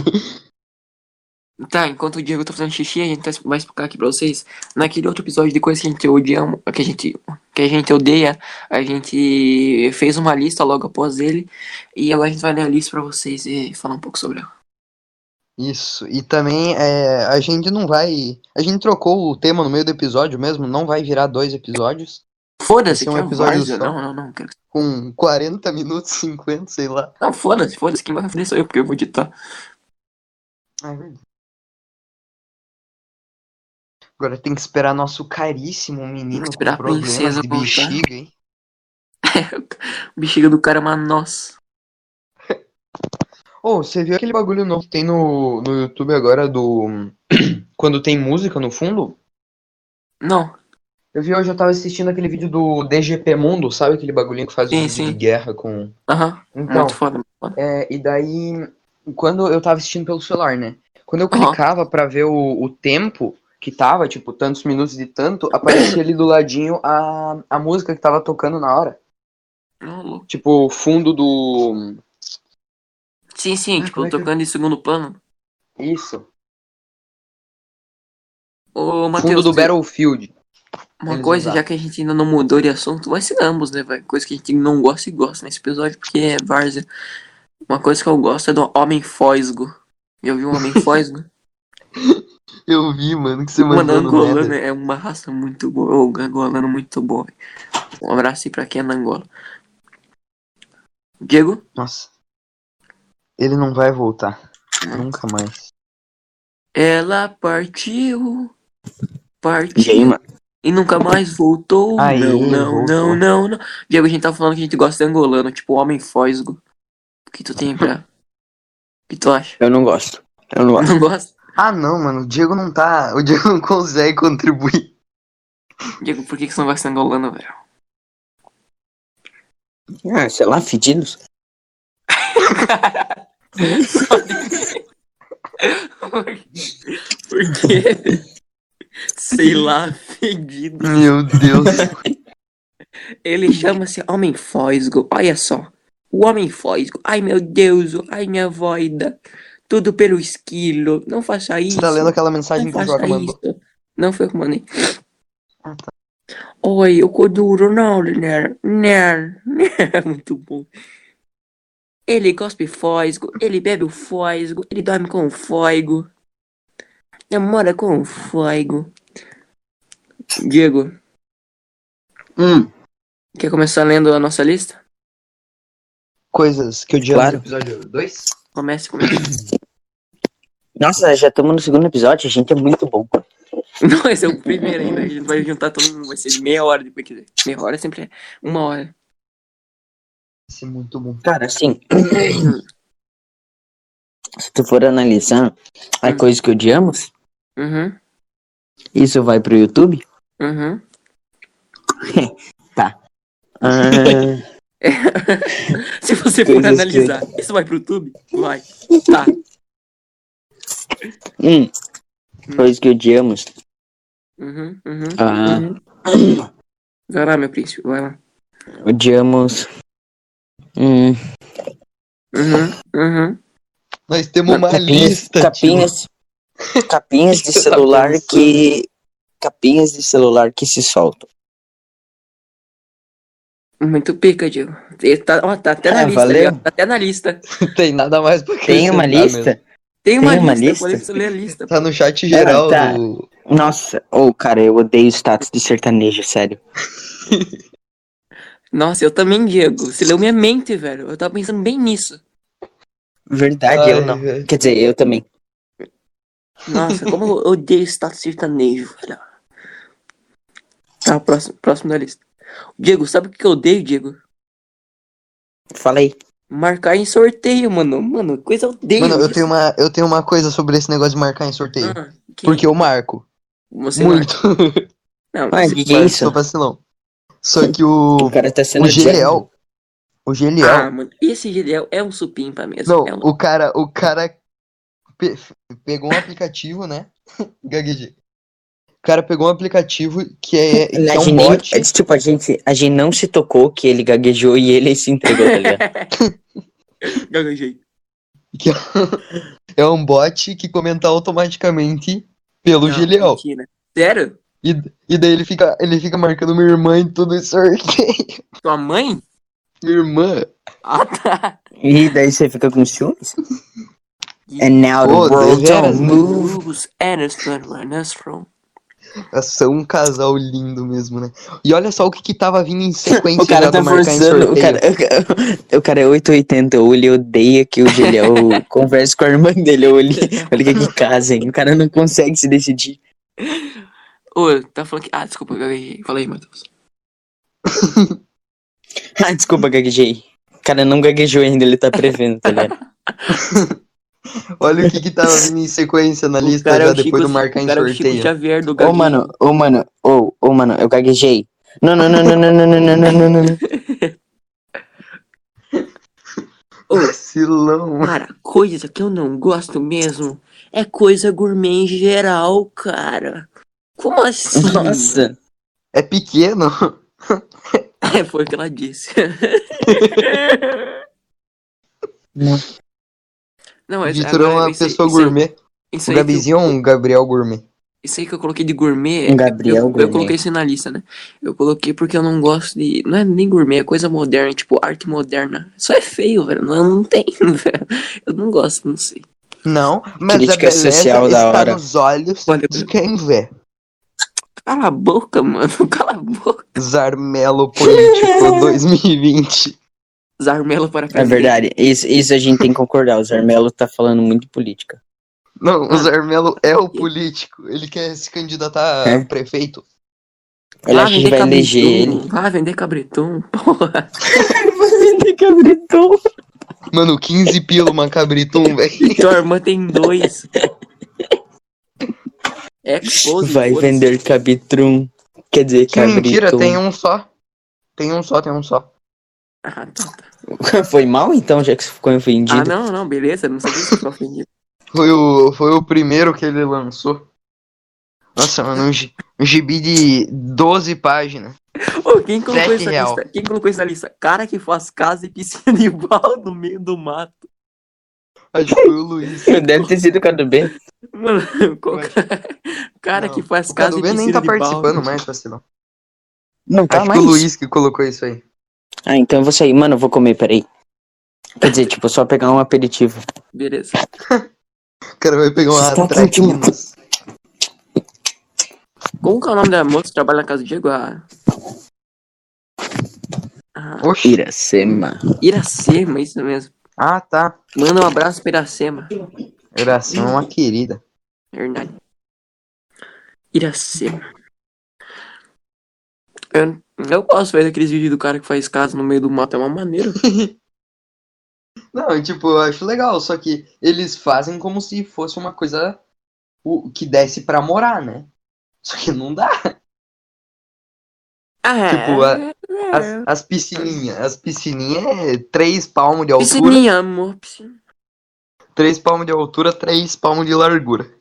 C: Tá, enquanto o Diego tá fazendo xixi, a gente tá- vai explicar aqui pra vocês. Naquele outro episódio de coisas que a gente odia, que a gente, que a gente odeia, a gente fez uma lista logo após ele. E agora a gente vai ler a lista pra vocês e falar um pouco sobre ela.
D: Isso, e também é, a gente não vai. A gente trocou o tema no meio do episódio mesmo, não vai virar dois episódios.
C: Foda-se,
D: Esse é um
C: que é um
D: episódio
C: várzea.
D: só.
C: Não, não, não. quero-
D: Com 40 minutos, 50, sei lá.
C: Não, foda-se, foda-se. Quem vai fazer sou eu, porque eu vou editar.
D: Ah, é verdade. Agora tem que esperar nosso caríssimo
C: Tem
D: menino
C: que
D: com
C: esperar a
D: problemas
C: princesa
D: de
C: voltar.
D: bexiga, hein?
C: Bexiga do cara é uma nossa.
D: Ô, você viu aquele bagulho novo que tem no, no YouTube agora do. Quando tem música no fundo?
C: Não,
D: Eu vi hoje, eu tava assistindo aquele vídeo do DGP Mundo, sabe aquele bagulhinho que faz
C: Sim,
D: vídeo de
C: sim.
D: guerra com.
C: aham.
D: Então,
C: muito foda, muito foda.
D: é, e daí. Quando eu tava assistindo pelo celular, né? Quando eu
C: Aham.
D: clicava pra ver o, o tempo que tava, tipo, tantos minutos de tanto, aparecia ali do ladinho a, a música que tava tocando na hora.
C: Não, louco.
D: Tipo, o fundo do.
C: Sim, sim,
D: Ah, como
C: tipo,
D: é que-
C: tocando em segundo plano.
D: Isso.
C: Ô,
D: fundo
C: Matheus,
D: do
C: tu-
D: Battlefield.
C: Uma
D: Eles
C: coisa,
D: usaram.
C: já que a gente ainda não mudou de assunto, vai ser ambos, né, vai? Coisa que a gente não gosta e gosta nesse episódio, porque é várzea. Uma coisa que eu gosto é do Homem Fósgo. Já ouviu um Homem Fósgo?
D: Eu vi, mano, que você
C: Mano,
D: mandou no
C: angolano
D: Nether.
C: é uma raça muito boa. Ô, angolano muito boa. Um abraço aí pra quem é na Angola. Diego?
D: Nossa. Ele não vai voltar. Nunca mais.
C: Ela partiu.
I: E aí,
C: Partiu.
I: mano?
C: E nunca mais voltou.
D: Aí,
C: não, não,
D: voltou.
C: não, não, não. Diego, a gente tá falando que a gente gosta de angolano, tipo homem fósgo. O que tu tem pra. O que tu acha?
I: Eu não gosto. Eu não gosto.
C: Não gosta?
D: Ah, não, mano. O Diego não tá. O Diego não consegue contribuir.
C: Diego, por que, que você não gosta de angolano, velho?
I: Ah, sei lá, fedidos.
C: por quê? Sei lá, fedido.
D: Meu Deus.
C: Ele chama-se Homem Fósgo, olha só. O Homem Fósgo, ai meu Deus, ai minha voida. Tudo pelo esquilo, não faça isso.
D: Você tá lendo aquela
C: não
D: mensagem que o
C: faça
D: Joca mandou.
C: é isso. Não foi eu que mandei.
D: Ah, tá.
C: Oi, eu cuido do Ronaldo, né? Né? né? Muito bom. Ele cospe fósgo, ele bebe o fósgo, ele dorme com o fóigo. Namora com o fóigo. Diego,
D: Hum.
C: quer começar lendo a nossa lista?
D: Coisas que o Diego.
I: Claro.
D: Episódio 2?
C: Comece comigo.
I: Nossa, já estamos no segundo episódio, a gente é muito bom.
C: Não, esse é o primeiro ainda. A gente vai juntar todo mundo. Vai ser de meia hora depois. Quer dizer, meia hora sempre é uma hora.
D: Isso é muito bom.
I: Cara, assim. se tu for analisar a
C: Hum.
I: coisa que odiamos,
C: Uhum,
I: isso vai pro YouTube?
C: uhum.
I: Ah,
C: Se você for
I: Coisas que-
C: analisar, isso vai pro YouTube? Vai. Tá.
I: hum. Coisa que odiamos.
C: Uhum, uhum.
I: Ah.
C: uhum. Vai lá, meu príncipe, vai lá.
I: Uhum. Odiamos. Hum.
C: Uhum, uhum.
D: Nós temos uma
I: capinhas,
D: lista.
I: capinhas, tipo. capinhas de celular que capinhas de celular que se soltam.
C: Muito pica, Diego. Ele Tá, ó, tá até na
I: Ah,
C: lista,
I: valeu.
C: Diego, tá até na lista.
D: Não tem nada mais pra
I: Tem uma
D: acrescentar
I: lista?
D: mesmo.
C: Tem uma
I: Tem uma
C: lista, eu
I: lista?
C: falei pra você ler a lista.
D: Tá no chat geral
I: Ah, tá.
D: do.
I: Nossa, ô cara, eu odeio status de sertanejo, sério.
C: Nossa, eu também, Diego. Você leu minha mente, velho. Eu tava pensando bem nisso.
I: Verdade,
D: Ai,
I: eu não.
D: velho.
I: Quer dizer, eu também.
C: Nossa, como eu odeio status sertanejo, velho. Tá, próximo, próximo da lista. Diego, sabe o que eu odeio, Diego?
I: Falei.
C: Marcar em sorteio, mano. Mano, coisa Ah, eu odeio.
D: Mano, eu tenho, uma, eu tenho uma coisa sobre esse negócio de marcar em sorteio.
C: Ah, que-
D: Porque eu marco.
C: você marca.
D: muito.
C: Não,
I: Ué,
C: mas-
I: que que é isso?
D: Sou vacilão. Só que o.
I: O cara tá sendo
D: O
I: odiado.
D: Geliel. O Geliel.
C: Ah, mano, esse Gideão é um supimpa mesmo.
D: Não,
C: é um-
D: o cara, o cara pe- pegou um aplicativo, né? Gaguejei. O cara pegou um aplicativo que é, que é
I: A gente
D: um
I: nem-
D: bot.
I: é, tipo, a gente, a gente não se tocou que ele gaguejou e ele se entregou, tá ligado?
C: Gaguejei.
D: Que é, é um bot que comenta automaticamente pelo
C: Não,
D: Geliel.
C: mentira. Sério?
D: E, e daí ele fica, ele fica marcando minha irmã em tudo isso. sorteio.
C: Tua mãe?
D: Minha irmã.
C: Ah, tá.
I: E daí você fica com ciúmes? And now
D: Pô,
I: the world
D: deveras,
I: don't
D: né?
I: move.
C: Moves Aniston, Aniston.
D: Elas São um casal lindo mesmo, né? E olha só o que, que tava vindo em sequência
I: O cara
D: já
I: tá
D: do marcar em
I: forçando. O
D: sorteio.
I: cara, o cara- o cara é 880 ou ele odeia que o Geliel converse com a irmã dele, ou ele, ou ele quer que casem. O cara não consegue se decidir.
C: Ô, tá falando que. Ah, desculpa, eu gaguejei. Fala aí, Matheus.
I: Ah, desculpa, gaguejei. O cara não gaguejou ainda, ele tá prevendo, tá ligado?
D: Olha o que, que tava vindo em sequência na lista já depois do marcar em
C: o cara é o Chico
D: sorteio.
C: Xavier do
I: Ô,
C: gaguejo.
I: mano, ô, mano, ô, ô, mano, eu gaguejei. Não, não, não, não, não, não, não, não, não, não, não, não.
D: Vacilão.
C: Cara, coisa que eu não gosto mesmo é coisa gourmet em geral, cara. Como assim?
I: Nossa.
D: É pequeno.
C: É, foi o que ela disse.
I: Não.
C: Não, mas
D: Vitor é
C: agora
D: uma
C: isso aí-
D: pessoa
C: isso aí-
D: gourmet.
C: Isso
D: O
C: aí que eu-
D: Gabizinho é um Gabriel gourmet.
C: Isso aí que eu coloquei de gourmet.
I: Um Gabriel
C: eu, eu
I: gourmet.
C: coloquei isso na lista, né? Eu coloquei porque eu não gosto de. Não é nem gourmet, é coisa moderna, tipo arte moderna. Só é feio, velho. Não, não tem, velho. Eu não gosto, não sei.
D: Não, mas a
I: Crítica
D: beleza
I: social da
D: está
I: hora.
D: nos olhos
C: Olha,
D: de quem vê.
C: Cala a boca, mano. Cala a boca.
D: Zarmelo Político 2020.
C: Zarmelo para
I: É
C: presidente.
I: verdade. Isso, isso a gente tem que concordar. O Zarmelo tá falando muito de política.
D: Não,
C: Ah.
D: o Zarmelo é o político. Ele quer se candidatar
I: É.
D: a prefeito.
I: Ele
C: Vá
I: acha que
C: vender
I: vai
C: cabretom.
I: eleger ele.
C: Vá vender cabretom. Porra.
D: Mano, 15 pila uma cabritum, velho.
C: Tua irmã tem dois. É pose,
I: Vai
C: foda-se.
I: vender cabitrum. Quer dizer,
D: Que mentira,
I: cabritum.
D: tem um só. Tem um só, tem um só.
C: Ah, tá.
I: Foi mal então, já que você ficou
C: ah,
I: ofendido?
C: não, não, beleza. Não sabia se eu tô ofendido.
D: Foi o, foi o primeiro que ele lançou. Nossa, mano, um gi- um gibi de 12 páginas.
C: Ô, quem colocou
D: Sete
C: essa
D: real.
C: lista? Quem colocou essa lista? Cara que faz casa e piscina de pau no meio do mato.
D: Acho que foi o Luiz.
I: Deve ter sido o cara do B.
C: Mano, qual
D: acho-
C: cara- cara
D: Não,
C: que faz
D: O
C: casa e
D: Cadu
C: piscina
D: nem tá
C: de pau. né?
D: participando mais, Vacilão.
I: Não tá
D: Acho que o Luiz que colocou isso aí.
I: Ah, então eu vou sair. Mano, eu vou comer, peraí. Quer dizer, tipo, só pegar um aperitivo.
C: Beleza.
D: O cara vai pegar
I: Vocês
D: uma
I: estão com
D: traquina.
I: muito-
C: Como que é o nome da moça que trabalha na casa do Diego? Ah, ah,
D: Oxi.
I: Iracema.
C: Iracema, isso mesmo.
D: Ah, tá.
C: Manda um abraço pra Iracema.
D: Graça, é uma querida.
C: Verdade. Iracema. Eu, eu gosto, velho, daqueles vídeos do cara que faz casa no meio do mato. É uma maneira.
D: Não, tipo, eu acho legal, só que eles fazem como se fosse uma coisa o- que desse pra morar, né? Só que não dá.
C: Ah,
D: Tipo, a-
C: é.
D: As, as piscininhas. As piscininhas é 3 palmos de altura,
C: Piscininha, amor. piscina.
D: 3 palmos de altura, 3 palmos de largura.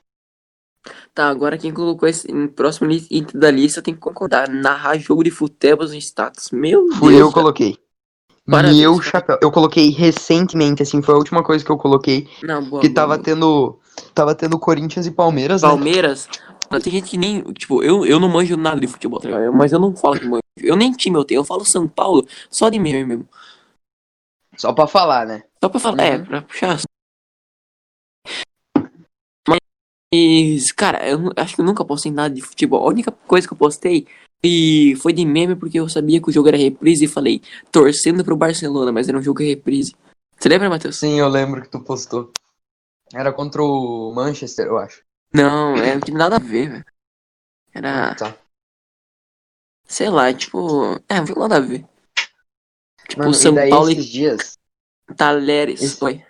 C: Tá, agora quem colocou esse em próximo li- item da lista tem que concordar. Narrar jogo de futebol no status. Meu
D: Fui
C: Deus.
D: eu que coloquei.
C: Parabéns,
D: Meu
C: cara.
D: chapéu. Eu coloquei recentemente, assim, foi a última coisa que eu coloquei.
C: Não, boa,
D: Que
C: boa,
D: tava
C: boa.
D: tendo. Tava tendo Corinthians e Palmeiras, né?
C: Palmeiras. Mano, tem gente que nem. Tipo, eu, eu não manjo nada de futebol, tá ligado? Mas eu não falo que manjo. Eu nem time eu tenho. Eu falo São Paulo só de meme mesmo.
D: Só pra falar, né?
C: Só pra falar. É, pra puxar. Mas, cara, eu nu- acho que eu nunca postei nada de futebol. A única coisa que eu postei e foi de meme porque eu sabia que o jogo era reprise e falei, torcendo pro Barcelona, mas era um jogo reprise. Você lembra, Matheus?
D: Sim, eu lembro que tu postou. Era contra o Manchester, eu acho.
C: Não, é, não tem nada a ver, velho. Era.
D: Tá.
C: Sei lá, tipo. É, não tem nada a ver. Tipo,
B: Mano,
C: São
B: e daí
C: Paulo
B: esses dias.
C: e Taleres. Oi,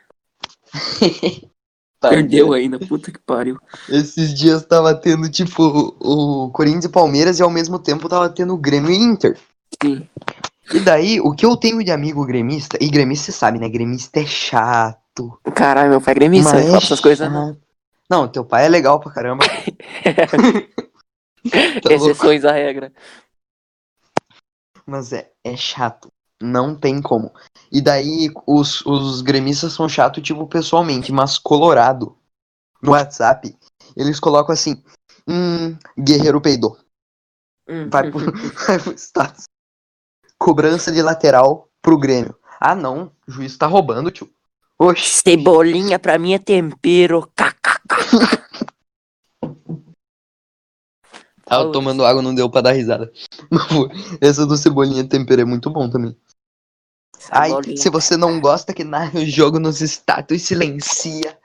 D: Tá,
C: perdeu ainda, puta que pariu.
D: Esses dias tava tendo, tipo, o o Corinthians e Palmeiras e ao mesmo tempo tava tendo o Grêmio e Inter.
C: Sim.
D: E daí, o que eu tenho de amigo gremista, e gremista você sabe, né? Gremista é chato.
C: Caralho, meu pai é gremista,
D: Mas
C: ele fala essas coisas. né?
D: chato. Não, teu pai é legal pra caramba. Tá louco.
C: Exceções à é regra.
D: Mas é, é chato. Não tem como. E daí, os, os gremistas são chato tipo, pessoalmente, mas colorado. No WhatsApp, eles colocam assim: Hum, Guerreiro peidou.
C: Hum,
D: Vai
C: hum,
D: pro, vai pro status. Cobrança de lateral pro Grêmio. Ah, não. O juiz tá roubando, tio. Oxi.
C: Cebolinha pra mim é tempero. KKK.
D: Ah, eu tomando água não deu pra dar risada. Essa do Cebolinha Tempero é muito bom também. Ai,
C: Cebolinha.
D: se você não gosta que narre o jogo nos status, silencia.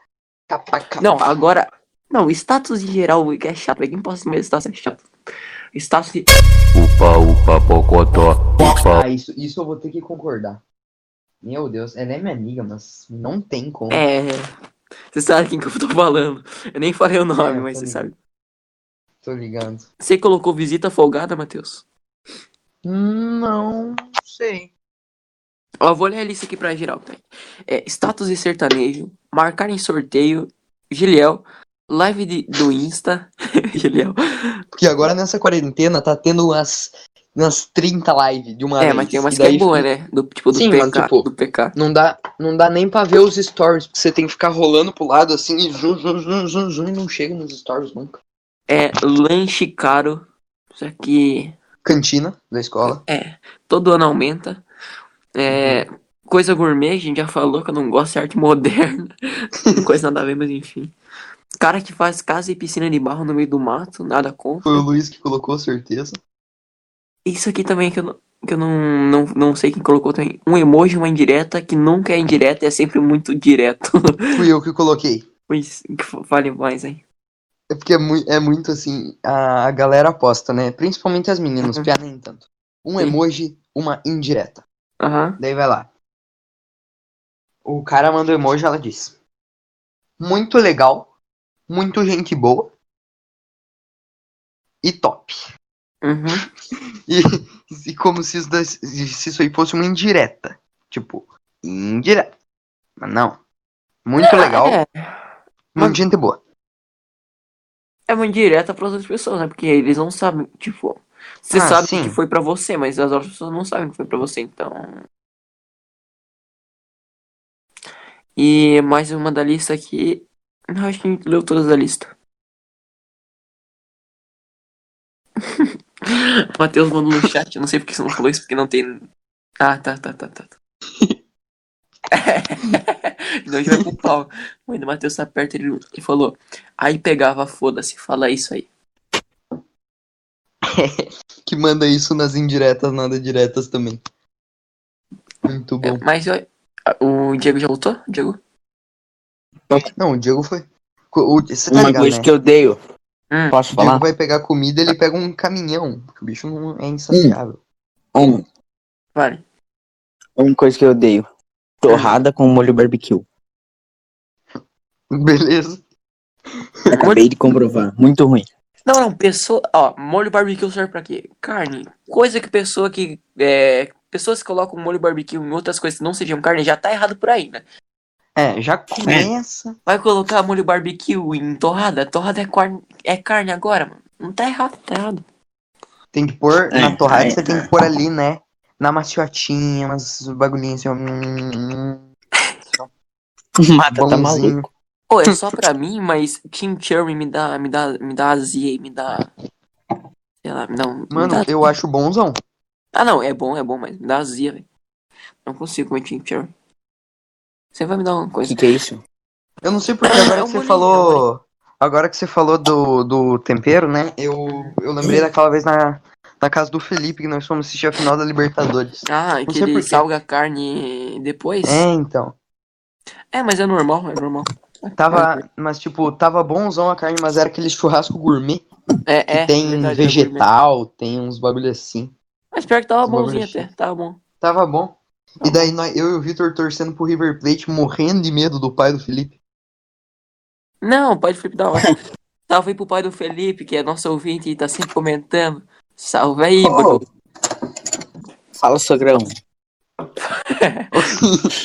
D: Capa, capa.
C: Não, agora. Não, status em geral é chato. velho. Quem posta mais status é chato. Status de.
K: Upa, upa, pocotó. Upa,
D: Ah, isso, isso eu vou ter que concordar. Meu Deus, ela é minha amiga, mas não tem como.
C: É. Você sabe quem que eu tô falando. Eu nem falei o nome,
D: É,
C: mas você
D: tô ligado.
C: sabe.
D: Tô ligando.
C: Você colocou visita folgada, Matheus?
D: Não sei.
C: Ó, vou ler a lista aqui pra geral. Tá? É, status de sertanejo, marcar em sorteio, Giliel, live de- do Insta, Giliel.
D: Porque agora nessa quarentena tá tendo umas, umas 30 lives de uma
C: É,
D: vez.
C: mas tem umas
D: E
C: que é
D: daí
C: boa,
D: fica-
C: né? Do, tipo, do
D: Sim,
C: PK,
D: mas, tipo,
C: do PK.
D: Não dá, não dá nem pra ver os stories, porque você tem que ficar rolando pro lado assim e zum, zum, zum, zum, zum, e não chega nos stories nunca.
C: É, lanche caro, só que
D: Cantina da escola.
C: todo ano aumenta. É, coisa gourmet, a gente já falou que eu não gosto de arte moderna. coisa nada a ver, mas enfim. Cara que faz casa e piscina de barro no meio do mato, nada contra.
D: Foi o Luiz que colocou, certeza.
C: Isso aqui também que eu não, que eu não, não, não sei quem colocou também. Um emoji, uma indireta, que nunca é indireta, é sempre muito direto.
D: Fui eu que coloquei.
C: Mas que fa- fale mais aí.
D: É porque é, mui- é muito assim, a, a galera aposta, né? Principalmente as meninas,
C: Uhum.
D: piá nem tanto. Um
C: Sim.
D: emoji, uma indireta.
C: Aham.
D: Daí vai lá. O cara manda o emoji, ela diz. Muito legal, muito gente boa e top.
C: Uhum.
D: E, e como se isso, da- se isso aí fosse uma indireta. Tipo, indireta. Mas não. Muito legal,
C: É,
D: muita gente boa.
C: é uma indireta para outras pessoas, né? Porque eles não sabem, tipo. Você
D: Ah,
C: sabe
D: sim.
C: que foi pra você, mas as outras pessoas não sabem que foi pra você, então. E mais uma da lista aqui. Não, acho que a gente leu todas da lista. Matheus mandou no chat, eu não sei porque você não falou isso, porque não tem. Ah, tá, tá, tá, tá. tá. Não, a gente vai pro pau. Quando o Matheus tá perto, ele, ele falou. Aí pegava, foda-se, fala isso aí.
D: Que manda isso nas indiretas, nada diretas também. Muito
C: É,
D: bom.
C: mas eu- ah, o Diego já voltou? Diego? É.
D: Não, o Diego foi. O, o- você tá
I: Uma
D: ligado,
I: coisa
D: né?
I: que eu odeio.
C: Hum.
I: Posso
D: O Diego
I: falar?
D: vai pegar comida, ele pega um caminhão. Porque o bicho não é insaciável.
I: Um,
C: Vale.
I: uma coisa que eu odeio. Torrada com molho barbecue.
D: Um. Beleza.
I: Acabei de comprovar. Muito ruim.
C: Não, não, pessoa. Ó, molho barbecue serve pra quê? Carne. Coisa que pessoa que. É, pessoas que colocam molho barbecue em outras coisas que não sejam carne já tá errado por aí, né?
D: É, já começa.
C: Vai colocar molho barbecue em torrada? Torrada é, quar- é carne agora, mano. Não tá errado, tá errado.
D: Tem que pôr na
I: É,
D: torrada,
I: é.
D: você tem que pôr ali, né? Na maciotinha, umas bagulhinhas assim, ó. hum, Ah,
I: Mata, tá
D: bonzinho.
I: maluco.
C: Pô, é só pra mim, mas chimichurri me dá, me dá, me dá azia e me dá... Sei lá, me dá um... me
D: Mano,
C: dá-
D: eu acho bonzão.
C: Ah, não, é bom, é bom, mas me dá azia, velho. Não consigo comer chimichurri. Você vai me dar uma
I: O
C: coisa.
I: que, que é isso?
D: Eu não sei porque
C: É
D: agora
C: um
D: que você
C: bolinho,
D: falou. Agora que você falou do, do tempero, né? Eu, eu lembrei daquela vez na, na casa do Felipe que nós fomos assistir a final da Libertadores.
C: Ah, que
D: sei por
C: ele
D: quê.
C: salga a carne depois?
D: É, então.
C: É, mas é normal, é normal.
D: Tava. Mas, tipo, tava bonzão a carne, mas era aquele churrasco gourmet. Que
C: É, é.
D: tem
C: verdade, é gourmet.
D: vegetal, tem uns bagulho assim.
C: Mas pior que tava
D: Os bagulho
C: bonzinho
D: assim.
C: até, tava bom.
D: Tava bom. E daí nós- eu e o Vitor torcendo pro River Plate, morrendo de medo do pai do Felipe.
C: Não, pode Felipe da hora. Salve aí pro pai do Felipe, que é nosso ouvinte e tá sempre comentando. Salve aí, bro.
I: Fala, sogrão.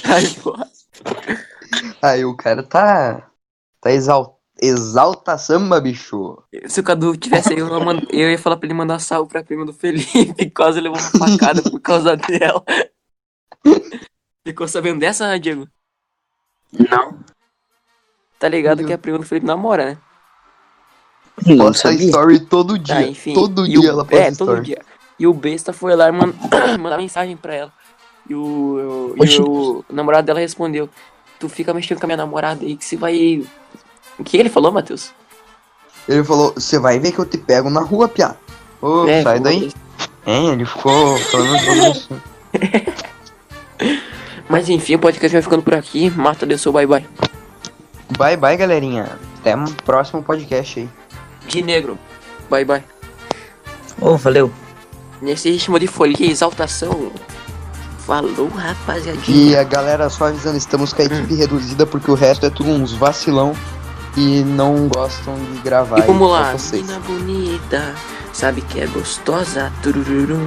C: Ai, porra.
D: Aí o cara tá. Tá exal, exalta samba, bicho.
C: Se o Cadu tivesse aí, eu, ia mand- eu ia falar pra ele mandar salve pra prima do Felipe, quase levou uma facada por causa dela. Ficou sabendo dessa, Diego?
I: Não.
C: Tá ligado que a prima do Felipe namora, né?
I: Não
D: Posta
I: sabia.
D: story todo dia.
C: Tá, enfim.
D: Todo
C: E
D: dia
C: o-
D: ela posta
C: É, todo
D: story.
C: dia. E o besta foi lá e man- mandar mensagem pra ela. E o, e
I: Oxi.
C: o namorado dela respondeu: Tu fica mexendo com a minha namorada aí que você vai. O que ele falou, Matheus?
D: Ele falou, você vai ver que eu te pego na rua, piá. Ô,
C: É,
D: sai
C: falou
D: daí.
C: isso.
D: É, ele ficou falando tudo isso.
C: Mas enfim, o podcast vai ficando por aqui. Marta deu seu bye bye.
D: Bye, bye, galerinha. Até o próximo podcast aí.
C: De negro. Bye bye.
I: Ô, valeu.
C: Nesse ritmo de folia e exaltação. Falou, rapaziadinha.
D: E a galera, só avisando, estamos com a equipe reduzida porque o resto é tudo uns vacilão e não gostam de gravar.
C: E vamos
D: aí pra
C: lá,
D: vocês.
C: menina bonita, sabe que é gostosa, turururum.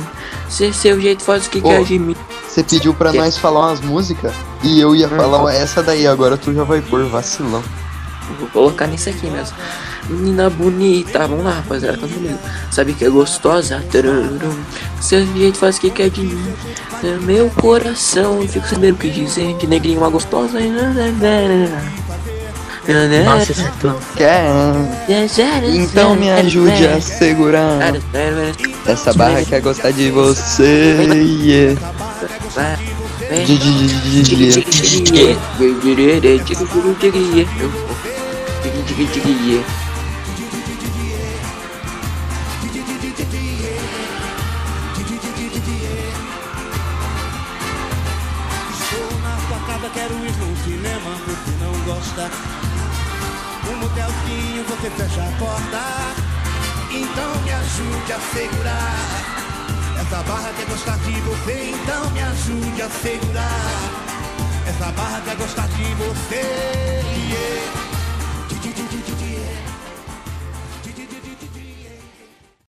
C: Se seu jeito faz o que
D: Ô.
C: quer de mim.
D: Você pediu pra
C: Que-
D: nós falar umas músicas e eu ia
C: Hum.
D: falar essa daí, agora tu já vai pôr vacilão.
C: Vou colocar nisso aqui mesmo. Menina bonita, vamos lá, rapaziada, canta comigo. Sabe que é gostosa? Tararum. Seu jeito faz o que quer de mim. É meu coração, eu fico sabendo o que dizer. De negrinho uma gostosa. né,
I: Nossa, acertou.
D: Quer? Então me ajude a segurar essa barra que é gostar de você. yeah. De- de- de- de- de- de-
A: Tocada, quero ir no cinema porque não gosta. Um motelzinho, você fecha a porta. Então me ajude a segurar. Essa barra quer gostar de você, então me é ajude a segurar. Essa barra quer gostar de você. yeah.